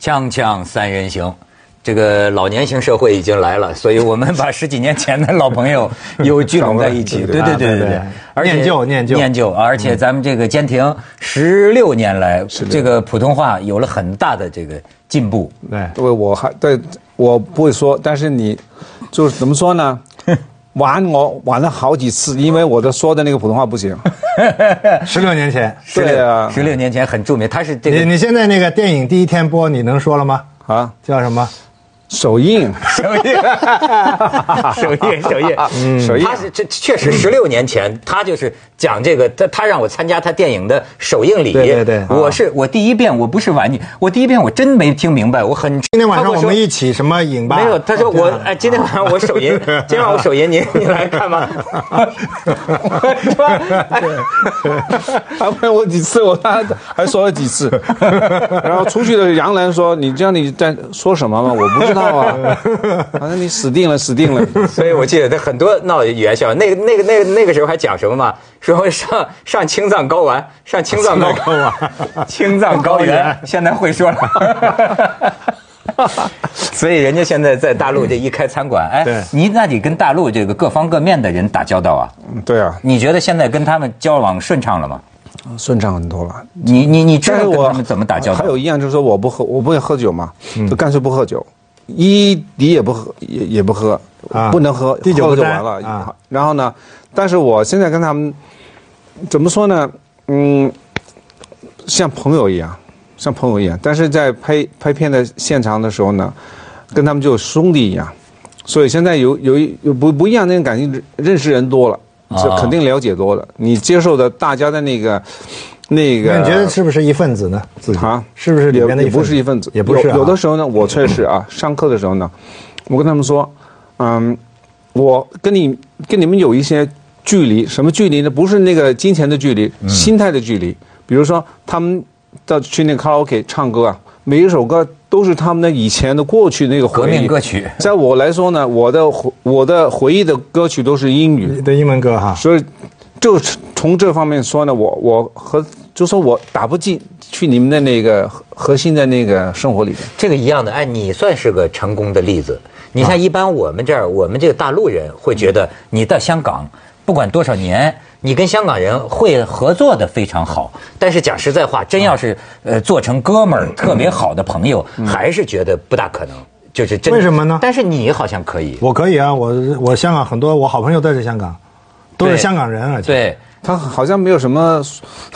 锵锵三人行，这个老年型社会已经来了，所以我们 把十几年前的老朋 友又聚拢在一起。对对对对对，而且念旧念旧念旧，而且咱们这个坚挺十六年来，这个普通话有了很大的这个进步。对，对，我还对我不会说，但是你就是怎么说呢？ 玩我玩了好几次，因为我的说的那个普通话不行。十六 年前，对啊，十六年前很著名，他是这你个你现在那个电影第一天播，你能说了吗？啊，叫什么？手印，首页，首 页，首页，手嗯印他是这确实十六年前，他就是讲这个，他他让我参加他电影的首映礼。对对对啊我是我第一遍我不是玩你，我第一遍我真没听明白，我很今天晚上我他跟们说一起什么影吧？啊没有，他说我哎，今天晚上我首映， 今天晚上我首映，您您来看吗？我说哎还问我几次，我他还说了几次。然后出去的杨澜说：“你知道你在说什么吗？我不知道啊。”反正你死定了，死定了。所以我记得他很多闹元宵，那个那个那个那个时候还讲什么嘛？说上上青藏高原，上青藏高 原，青藏高原，现在会说了。 所以人家现在在大陆这一开餐馆，对哎，你那得跟大陆这个各方各面的人打交道啊。嗯 对啊，你觉得现在跟他们交往顺畅了吗？嗯顺畅很多了。你你你知但道是跟我他们怎么打交道嗯还？有一样就是说，我不喝，我不会喝酒嘛，就干脆不喝酒，一滴也不喝，也也不喝啊，不能喝，滴酒喝了不就沾完了啊。然后呢，但是我现在跟他们怎么说呢？嗯，像朋友一样，像朋友一样。但是在拍拍片的现场的时候呢，跟他们就兄弟一样。所以现在有有一有不不一样那种感情，认识人多了，啊就肯定了解多了。你接受的大家的那个那个，那你觉得是不是一份子呢？自己啊，是不是里也面的一也份子不是一份子，也不是啊有。有的时候呢，我确实 啊，上课的时候呢，我跟他们说，嗯，我跟你跟你们有一些距离，什么距离呢？不是那个金钱的距嗯离，心态的距离。比如说，他们到去那个卡拉 OK 唱歌啊，每一首歌都是他们的以前的过去那个革回忆命歌。曲。在我来说呢，我的回我的回忆的歌曲都是英语，你的英文歌哈，所以，就从这方面说呢，我我和就说我打不进去你们的那个核核心的那个生活里边。这个一样的，哎，你算是个成功的例子。你啊像一般我们这儿，我们这个大陆人会觉得你到香港，不管多少年，你跟香港人会合作的非常好。但是讲实在话，真要啊是呃做成哥们儿、特别好的朋友，还是觉得不大可能。就是真嗯为什么呢但是你好像可以，我可以啊，我我香港很多我好朋友都在香港，都是对香港人，而且对，他好像没有什么，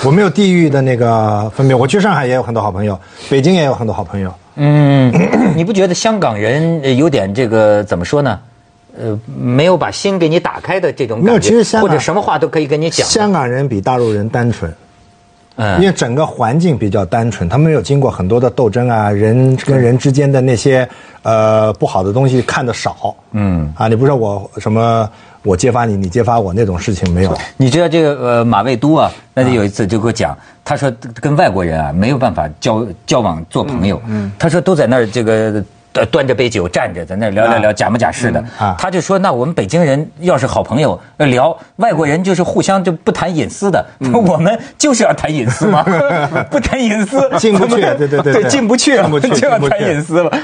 我没有地域的那个分别。我去上海也有很多好朋友，北京也有很多好朋友。嗯， 你不觉得香港人呃有点这个怎么说呢？呃，没有把心给你打开的这种感觉，没有其实香或港者什么话都可以跟你讲的。香港人比大陆人单纯，嗯因为整个环境比较单纯，他们没有经过很多的斗争啊，人跟人之间的那些呃不好的东西看得少。嗯，啊，你不说我什么我揭发你，你揭发我那种事情没有。你知道这个呃马未都啊，那就有一次就给我讲，他说跟外国人啊没有办法交交往做朋友，嗯他说都在那儿这个。呃端着杯酒站着，在那儿聊聊聊，假模假式的。啊他就说：“那我们北京人要是好朋友呃聊，外国人就是互相就不谈隐私的。嗯我们就是要谈隐私嘛， 不谈隐私进不去我们对对对对，对进不去，啊进不去就要进不谈去隐私了。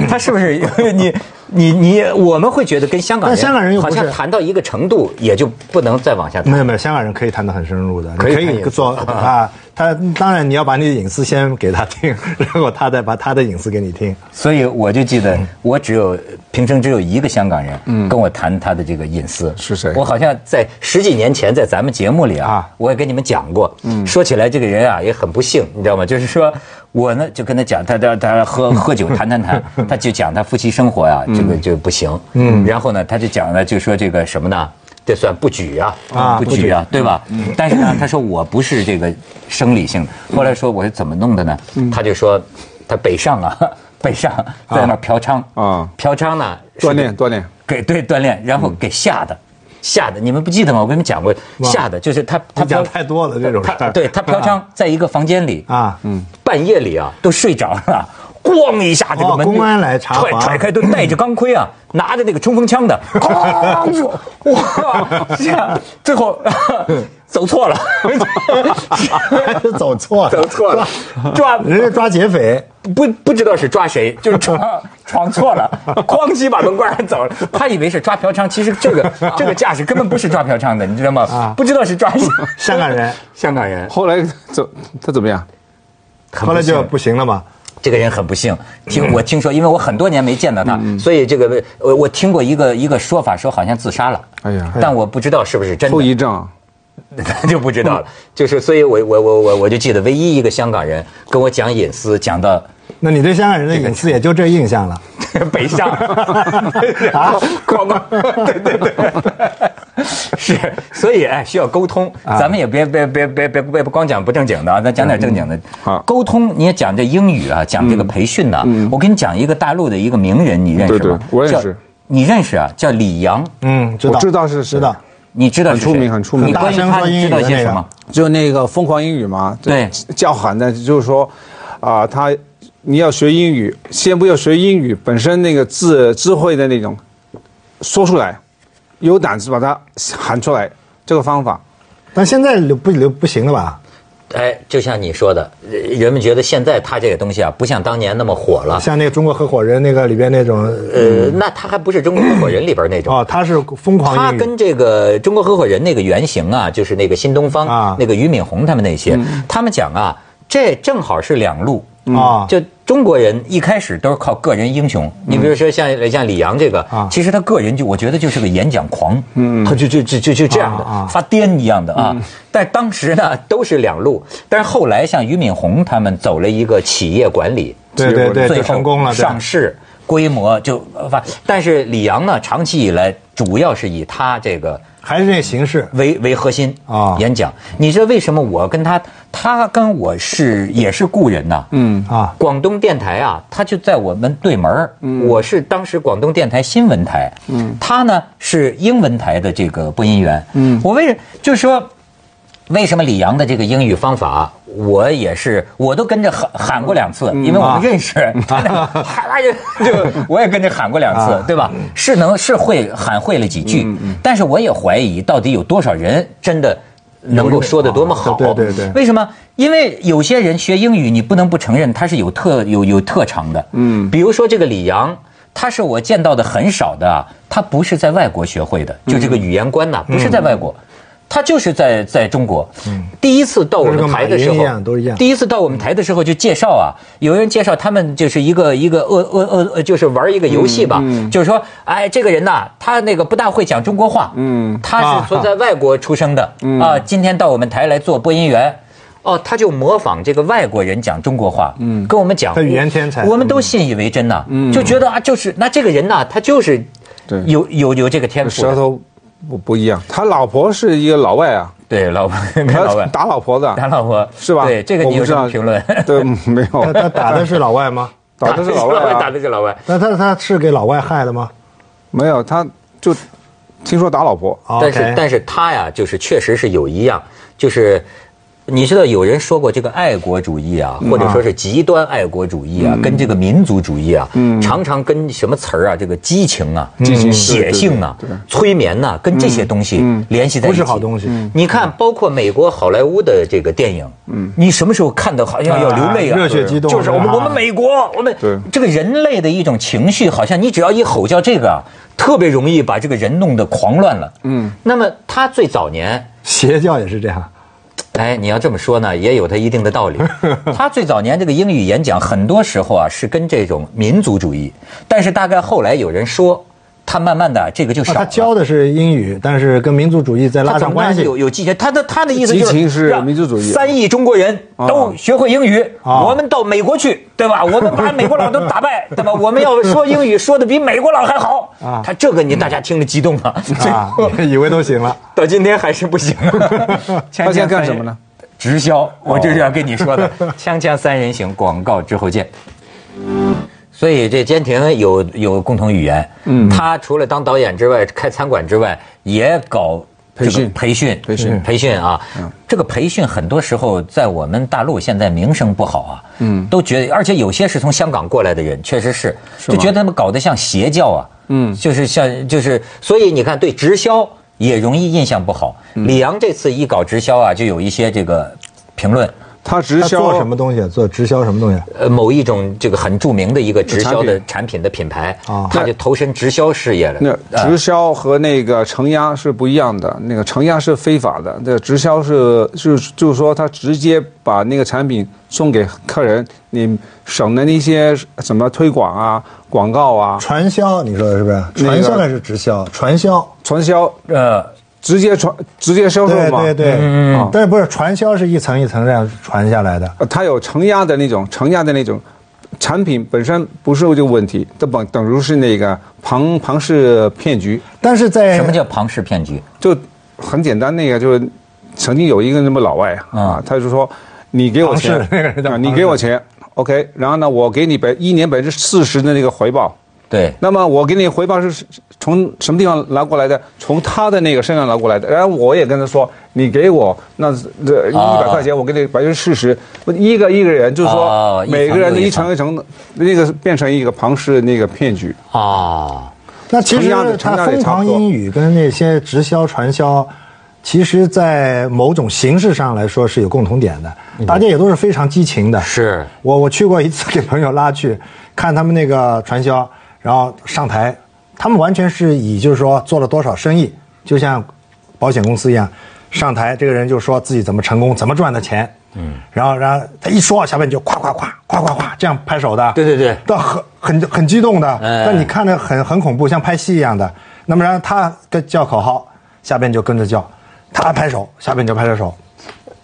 他是不是 你你你？我们会觉得跟香港人，但香港人又好不是像谈到一个程度，也就不能再往下谈。”没有没有，香港人可以谈得很深入的，你可以可谈以隐私做啊。他当然你要把你的隐私先给他听， 然后他再把他的隐私给你听。所以我就记得，我只有平生只有一个香港人，跟我谈他的这个隐私是谁我好像在十几年前在咱们节目里啊嗯啊，我也跟你们讲过。说起来这个人啊也很不幸，你知道吗？就是说我呢就跟他讲，他他他喝喝酒谈谈 谈，他就讲他夫妻生活呀，这个就不行。嗯，然后呢他就讲了，就说这个什么呢？这算不举啊，啊不举啊，对吧？嗯但是呢，他说我不是这个生理性的。后来说我是怎么弄的呢？嗯他就说他北上啊， 北上在那儿嫖娼啊嫖娼呢是锻炼锻炼，给对锻炼，然后给吓的，嗯吓的，你们不记得吗？我跟你们讲过，吓的就是他他你嫖讲太多了这种事他 儿。对他嫖娼在一个房间里啊， 嗯，半夜里啊都睡着了，咣一下，这个门就哦公安来查踹房踹开，都戴着钢 盔啊，拿着那个冲锋枪的，哐就哇，这样最后 走错 了，走错了，走错了，抓 人家抓劫匪，不不知道是抓谁， 就是闯闯错了，哐叽把门关上走了。他以为是抓嫖娼，其实这个这个架势根本不是抓嫖娼的，你知道吗？不知道是 抓啊香 港人，香港人。后来怎他怎么样？很后来不幸就不行了嘛。这个人很不幸，嗯听我听说，因为我很多年没见到他，所以这个呃我我听过一个一个说法，说好像自杀了。哎呀但我不知道是不是真的。后遗症。啊咱 就不知道了。就是，所以我我我我我就记得，唯一一个香港人跟我讲隐私，讲到那你对香港人的隐私也就这印象了。 北上 啊，广告， 对对 对，是，所以哎，需要沟通，啊咱们也别别别别别别光讲不正经的啊，咱讲点正经的。嗯好嗯沟通你也讲这英语啊，讲这个培训呐。我跟你讲一个大陆的一个名人，你认识吗？对对我认叫识。你认识啊？叫李阳，嗯，知我道，知道是谁知道。你知道是谁很出名很出名你关于大声他说英语知道的些那个什么？就那个疯狂英语嘛，就对叫喊的，就是说，啊、他你要学英语，先不要学英语本身那个智智慧的那种，说出来，有胆子把它喊出来，这个方法。但现在流不流不行了吧？哎，就像你说的，呃人们觉得现在他这个东西啊，不像当年那么火嗯了。像那个《中国合伙人》那个里边那种，呃，那他还不是中国合伙人里边那种。哦，他是疯他狂英语，跟这个中国合伙人那个原型啊，就是那个新东方、啊嗯那个俞敏洪他们那些，他们讲啊，这正好是两路。啊嗯就中国人一开始都是靠个人英雄，你比如说像像李阳这个啊，嗯其实他个人就我觉得就是个演讲狂，他就就就就就这样啊嗯的啊发癫一样的啊。但当时呢都是两路，但是后来像俞敏洪他们走了一个企业管理，对对对，最就后成功了，对上市规模就呃发，但是李阳呢，长期以来主要是以他这个还是那形式，为为核心啊演讲。你知道为什么我跟他，他跟我是也是故人呐？嗯啊，广东电台啊，他就在我们对门儿我是当时广东电台新闻台，嗯，他呢是英文台的这个播音员，嗯，我为就是说。为什么李阳的这个英语方法，我也是，我都跟着喊喊过两次，因为我们认识， 他那喊啊就 就我也跟着喊过两次，对吧？是能是会喊会了几句，但是我也怀疑到底有多少人真的能够说得多么好。对对对为什么？因为有些人学英语，你不能不承认他是有特有有特长的。嗯，比如说这个李阳。他是我见到的很少的啊，他不是在外国学会的，就这嗯个语言观呐、不是在外国，他就是在在中国。第一次到我嗯就是们跟台的马云时候，一样都一样第一次到我们台的时候就介绍啊，有人介绍他们就是一个一个呃呃呃呃，就是玩一个游戏吧，嗯就是说，哎，这个人呐、他那个不大会讲中国话，嗯，他是说在外国出生的啊、嗯今天到我们台来做播音员。哦，他就模仿这个外国人讲中国话，嗯，跟我们讲，他语言天才我们都信以为真呐、就觉得啊，就是那这个人呐、他就是嗯对有有有这个天赋舌的，头不不一样。他老婆是一个老外啊，对，老婆，老他板，打老婆的，打老婆是吧？对，这个你有什我么不知道评论？ 对，没他他有，打的是老外吗？ 打的是老外、打啊，的 是老外。那他他是给老外害的吗？没有，他就听说打老婆，但是哦 OK 但是他呀，就是确实是有一样，就是你知道有人说过这个爱国主义啊，嗯或者说是极端爱国主义啊，跟这个民族主义啊，嗯常常跟什么词儿啊，这个激情啊、情血性啊、催眠呐、跟这些东西联系在一嗯不起。嗯是好东西。你看，包括美国好莱坞的这个电影，嗯，你什么时候看到好像要流泪啊？啊热血激动就是我们啊我们美国，我们对这个人类的一种情绪，好像你只要一吼叫这个啊，特别容易把这个人弄得狂乱了。嗯，那么他最早年。邪教也是这样，哎，你要这么说呢，也有他一定的道理。他最早年这个英语演讲，很多时候啊是跟这种民族主义，但是大概后来有人说，他慢慢的这个就啊少他了。教的是英语，但是跟民族主义在他拉怎上么关样系。有有激情？他的他的意思就激是情是让民族主义啊三亿中国人都学会英语，啊我们到美国去，对吧？我们把美国佬都打败，对吧？我们要说英语说的比美国佬还好。啊他这个你大家听着激动 啊，最啊后， 以为都行了。到今天还是不 行啊。他现在干什么呢？哦直销，我就是要跟你说 的。锵锵三人行，广告之后见。所以这坚挺有有共同语言，嗯，他除了当导演之外，开餐馆之外，也搞这个培培训训培训培训啊，这个培训很多时候在我们大陆现在名声不好啊，嗯，都觉得，而且有些是从香港过来的人，确实是，就觉得他们搞得像邪教啊，嗯，就是像就是，所以你看对直销也容易印象不好。李阳这次一搞直销啊，就有一些这个评论。他直他销做什么东西？做直销什么东西？呃，某一种这个很著名的一个直销的产品的品牌，啊他就投身直销事业了。啊那直销和那个承压是不一样的，那个承压是非法的，那直销是是就是说他直接把那个产品送给客人，你省的那些什么推广啊、广告啊、传销，你说的是不是？那个传销还是直销？传销。传销，呃，直接传直接销售对嘛。对对，啊但是不是传销是一层一层这样传下来的？呃它有承压的那种承压的那种产品本身不是这个问题，它等等如是那个庞庞氏骗局，但是在什么叫庞氏骗局？就很简单那个就是曾经有一个那么老外啊，啊他就说你给我钱庞氏那个人叫啊庞氏你给我钱，OK，然后呢我给你百一年百分之四十的那个回报。对，那么我给你回报是从什么地方拿过来的？从他的那个身上拿过来的。然后我也跟他说，你给我那这一啊百块钱，我给你百分之四十，我一个一个人，就是哦说一层每个人又的一一层一层，那个变成一个庞氏的那个骗局。啊，那其实同样的它同样的疯差狂不多英语跟那些直销传销，其实，在某种形式上来说是有共同点的，大家也都是非常激情的。是我我去过一次，给朋友拉去看他们那个传销，然后上台，他们完全是以就是说做了多少生意，就像保险公司一样，上台这个人就说自己怎么成功，怎么赚的钱，嗯，然后然后他一说，下面就夸夸夸夸夸夸这样拍手的，对对对但很很很激动的，哎但你看着很很恐怖，像拍戏一样的。那么然后他跟叫口号，下边就跟着叫，他拍手，下边就拍着手，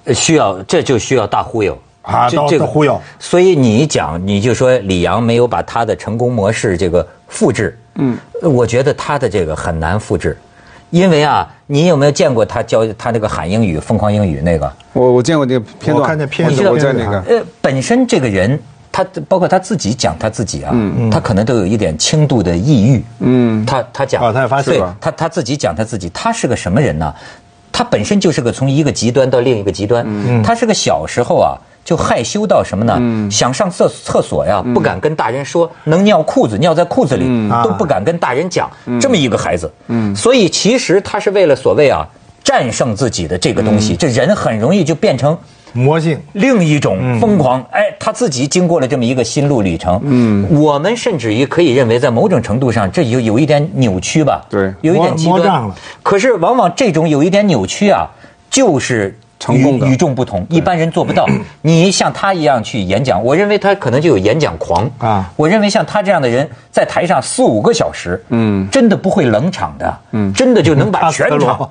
呃需要这就需要大忽悠啊这到这个到忽悠。所以你一讲，你就说李阳没有把他的成功模式这个复制，嗯，我觉得他的这个很难复制，因为啊，你有没有见过他教他那个喊英语、疯狂英语那个？我我见过那个片段，我看见片子我在片子那个啊呃，本身这个人，他包括他自己讲他自己啊，他可能都有一点轻度的抑郁。嗯，他他讲，哦他也发现对了他他自己讲他自己，他是个什么人呢？他本身就是个从一个极端到另一个极端。他是个小时候啊。就害羞到什么呢？想上厕厕所呀，不敢跟大人说，能尿裤子，尿在裤子里、都不敢跟大人讲。这么一个孩子，所以其实他是为了所谓啊战胜自己的这个东西，这人很容易就变成魔性。另一种疯狂，哎，他自己经过了这么一个心路旅程。嗯，我们甚至于可以认为，在某种程度上，这有有一点扭曲吧？对有一点魔极端魔障了。可是，往往这种有一点扭曲啊，就是成功的与与众不同，一般人做不到。你像他一样去演讲，我认为他可能就有演讲狂啊。我认为像他这样的人，在台上四五个小时，嗯，真的不会冷场的，嗯，真的就能把阿斯全特罗场。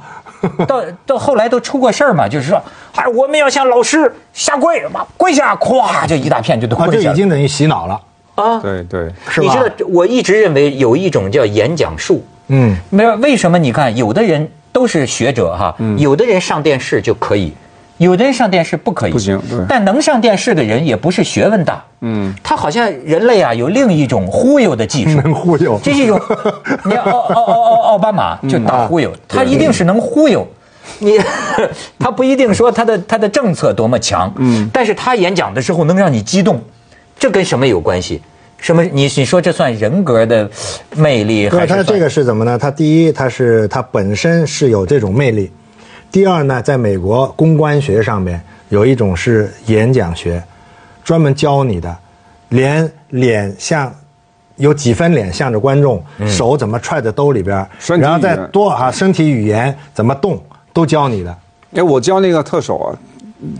到到后来都出过事儿嘛，就是说，哎，我们要向老师下跪，妈跪下，咵，就一大片就都啊，跪就下已了经等于洗脑了，啊。对对，是吧？你知道，我一直认为有一种叫演讲术，嗯，没有为什么？你看，有的人都是学者哈，嗯有的人上电视就可以，有的人上电视不可以，不行对但能上电视的人也不是学问大，嗯，他好像人类啊有另一种忽悠的技术， 能忽悠。这是一种， 你哦看奥奥奥奥奥巴马就打忽悠，他一定是能忽悠。嗯啊你， 他不一定说他的他的政策多么强，嗯，但是他演讲的时候能让你激动，这跟什么有关系？什么？你你说这算人格的魅力还对是他算？这个是怎么呢？他第一，他是他本身是有这种魅力；第二呢，在美国公关学上面有一种是演讲学，专门教你的，连脸向有几分脸向着观众，手怎么揣在兜里边儿，身体然后再语言多啊身体语言怎么动都教你的。哎，我教那个特首啊，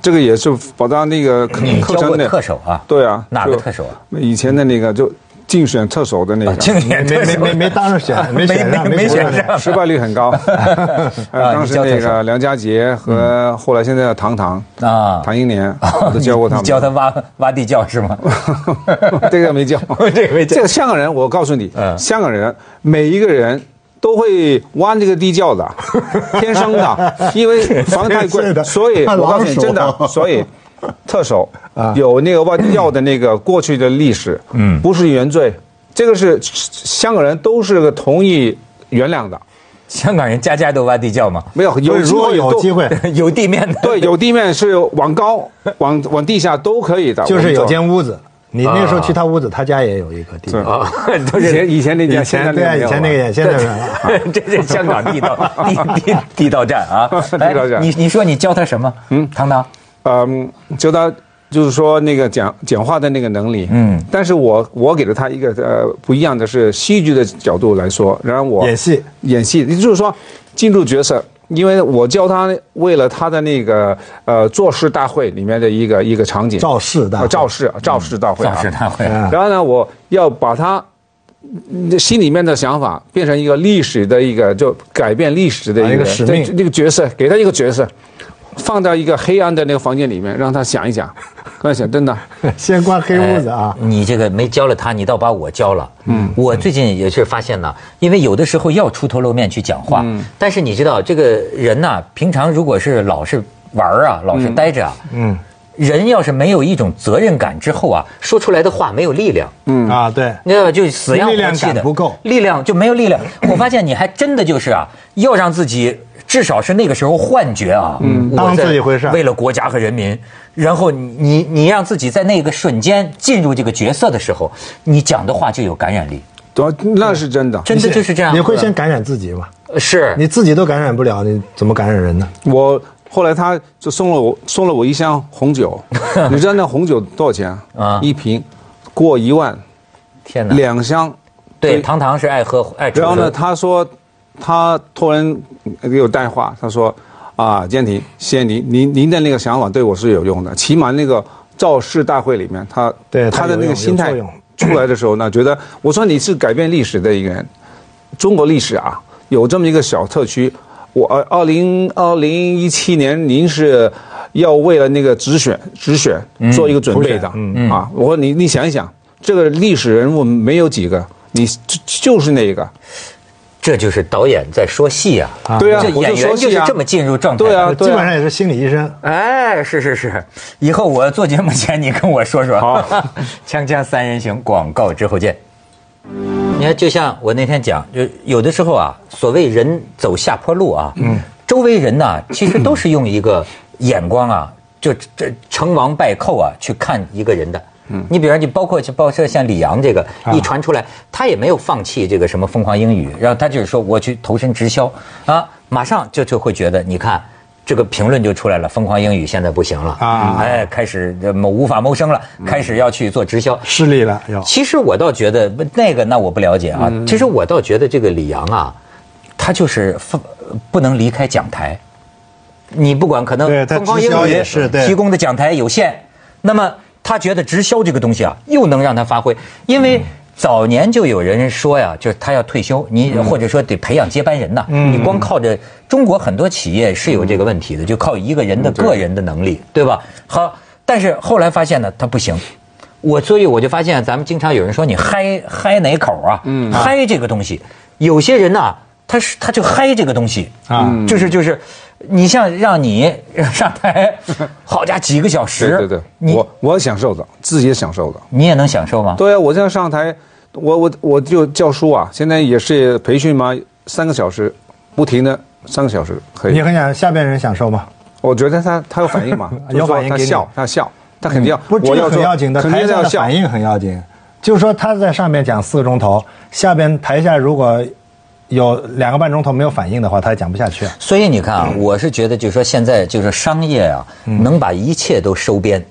这个也是把他那个课你课教过程的特首啊？对啊，哪个就特首啊？以前的那个就竞选特首的那个，青年没特没首没没当上选，没选上，没没选选上 失败率很高。还有当啊你时教特那首个梁家杰和后来现在的唐唐嗯啊唐英年，我都教过他你们。你教他挖挖地窖是吗？ 这个没教，这个没教这个香港人，我告诉你，嗯香港人每一个人。都会挖这个地 窖的，天生的，因为房太是贵的，所以怕啊我告诉老你，鼠真的，所以特首有那个挖地窖的那个过去的历史，嗯，不是原罪，这个是香港人都是同意原谅的，香港人家家都挖地窖吗？没有有如果有都机会，有地面的， 对，有地面是往高、往往地下都可以的，就是有间间屋子。你那个时候去他屋子，他家也有一个地窖。啊， 都以前是以前那家，以前现在对啊，那以个前那没个有了也现在没有了。这是香港地道地地地道战啊！哎地道战你你说你教他什么？嗯，唐唐，嗯，就他就是说那个讲讲话的那个能力，嗯，但是我我给了他一个呃不一样的是戏剧的角度来说，然后我演戏演戏，也就是说进入角色，因为我教他为了他的那个呃做事大会里面的一个一个场景，赵氏大呃会赵氏赵氏大会啊，造势大会，嗯然后呢，我要把他嗯心里面的想法变成一个历史的一个，就改变历史的一啊个,、一个使命那个角色，给他一个角色，放到一个黑暗的那个房间里面，让他想一 想，让他想，真的，先关黑屋子啊哎，你这个没教了他，你倒把我教了。嗯，我最近也是发现呢，因为有的时候要出头露面去讲话，但是你知道这个人呐、平常如果是老是玩儿啊，老是待着啊，嗯人要是没有一种责任感之后啊，说出来的话没有力量。嗯啊，对，那个就死样力量活气的感不够力量就没有力量。我发现你还真的就是啊，要让自己至少是那个时候幻觉啊，嗯当自己回事儿为了国家和人民，然后你你你让自己在那个瞬间进入这个角色的时候，你讲的话就有感染力，对，那是真的。真的就是这样。呃你会先感染自己嘛？是你自己都感染不了，你怎么感染人呢？我后来他就送了我送了我一箱红 酒，你知道那红酒多少钱啊一瓶过一万，天哪！两箱。对，糖糖是爱喝爱吃。然后呢，他说他托人给我带话，他说啊，建廷，谢谢您，您您的那个想法对我是有用的，起码那个造势大会里面，他对他它的有那个用心态有作用出来的时候呢，觉得我说你是改变历史的一个人，中国历史啊，有这么一个小特区。我呃，二零二零一七年，您是要为了那个直选直选做一个准备的，啊，我说你你想一想，这个历史人物没有几个，你就就是那个，这就是导演在说戏啊，啊对啊这，我演员说就是戏啊这么进入状态的。对啊，呃基对本啊。上也是心理医生。哎，是是是，以后我做节目前你跟我说说。好， 锵锵三人行广告之后见。你看，就像我那天讲，就有的时候啊，所谓人走下坡路啊，嗯，周围人呐、其实都是用一个眼光啊，就这成王败寇啊，去看一个人的。嗯，啊你比方你包括就包括像李阳这个一传出来，他也没有放弃这个什么疯狂英语，然后他就是说我去投身直销啊，马上就就会觉得你看。这个评论就出来了，疯狂英语现在不行了啊哎，开始这谋无法谋生了，开始要去做直销。失利了，要嗯其实我倒觉得不那个，那我不了解啊。其实我倒觉得这个李阳啊，他就是不不能离开讲台。你不管可能对他东方直销英语也是对提供的讲台有限，那么他觉得直销这个东西啊，又能让他发挥，因嗯为。早年就有人说呀，就是他要退休，你嗯或者说得培养接班人呐。你光靠着中国很多企业是有这个问题的，就靠一个人嗯的个人的能力，对吧？好，但是后来发现呢，他不行，我所以我就发现，咱们经常有人说你嗨嗨哪口啊？嗯，嗨这个东西，有些人呐、他是他就嗨这个东西嗯啊嗯就是就是，你像让你 上台， 好家伙几个小时，对对对，你我我享受的，自己也享受的。你也能享受吗？对啊，我现在上台，我我我就教书啊，现在也是培训嘛，三个小时，不停的三个小时可你以。很想下边人享受吗？，我觉得他他有反应嘛 就是有说反应他给你嗯笑，他笑，他肯定要，不，这我个要很做要紧的，肯定台下要的笑反。应很要紧。就是说他在上面讲四个钟头，下边台下如果有两个半钟头没有反应的话，他也讲不下去。所以你看啊，我是觉得就是说现在就是商业啊，能把一切都收编，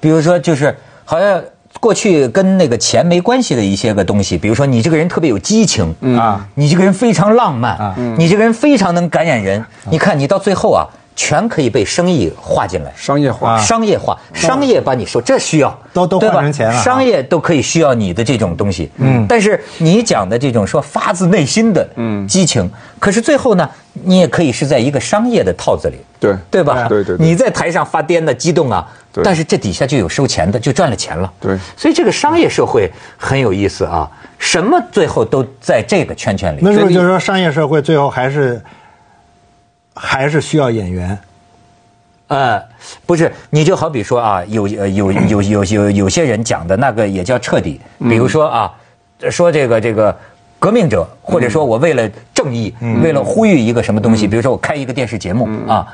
比如说就是好像过去跟那个钱没关系的一些个东西，比如说你这个人特别有激情，啊，你这个人非常浪漫，你这个人非常能感染人，你看你到最后啊，全可以被生意化进来。商业化啊，商业化，商业把你说这需要，都都对吧换成钱了啊商业都可以需要你的这种东西。嗯，但是你讲的这种说发自内心的嗯激情，可是最后呢，你也可以是在一个商业的套子里，对对吧？对对对你在台上发癫的激动啊，对但是这底下就有收钱的，就赚了钱了。对所以这个商业社会很有意思啊，什么最后都在这个圈圈里。那时候就是说商业社会最后还是还是需要演员。呃，不是，你就好比说啊，有呃有有有有有些人讲的那个也叫彻底，比如说啊，说这个这个革命者，或者说我为了正正义，为了呼吁一个什么东西，比如说我开一个电视节目啊，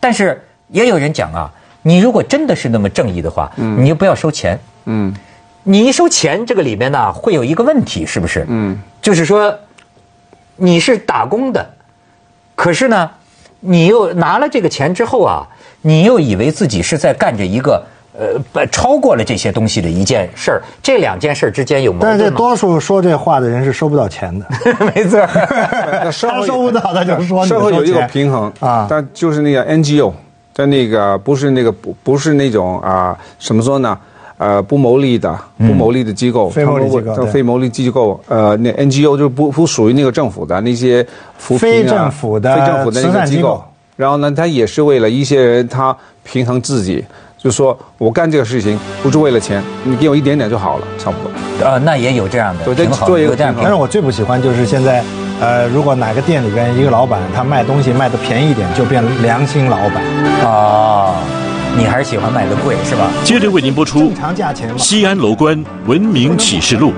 但是也有人讲啊，你如果真的是那么正义的话，你就不要收钱。嗯你一收钱，这个里面呢会有一个问题，是不是？嗯，就是说你是打工的，可是呢，你又拿了这个钱之后啊，你又以为自己是在干着一个呃不超过了这些东西的一件事儿，这两件事儿之间有矛但盾是吗？这多数说这话的人是收不到钱 的， 没 错儿，那社他会收不到他就说你社收会有一个钱平衡啊但就是那个 NGO，但那个不是那个不不是那种啊，怎么说呢？呃，不牟利的不牟利的机构，嗯非牟利机构他们会对非牟利机构，呃，那 NGO 就是不不属于那个政府的那些扶贫啊非政府的非政府的那慈个善机机构构。然后呢，他也是为了一些人，他平衡自己，就说我干这个事情不是为了钱，你给我一点点就好了，差不多。呃，那也有这样的对平做衡，一个有这样平平但衡是我最不喜欢就是现在，呃，如果哪个店里边一个老板他卖东西卖的便宜一点，就变良心老板，哦，你还是喜欢买的贵是吧？接着为您播出正常价钱嘛《西安楼观文明启示录》。